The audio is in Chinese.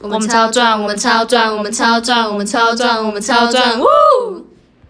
我们超赚，我们超赚，我们超赚，我们超赚，我们超赚，呜！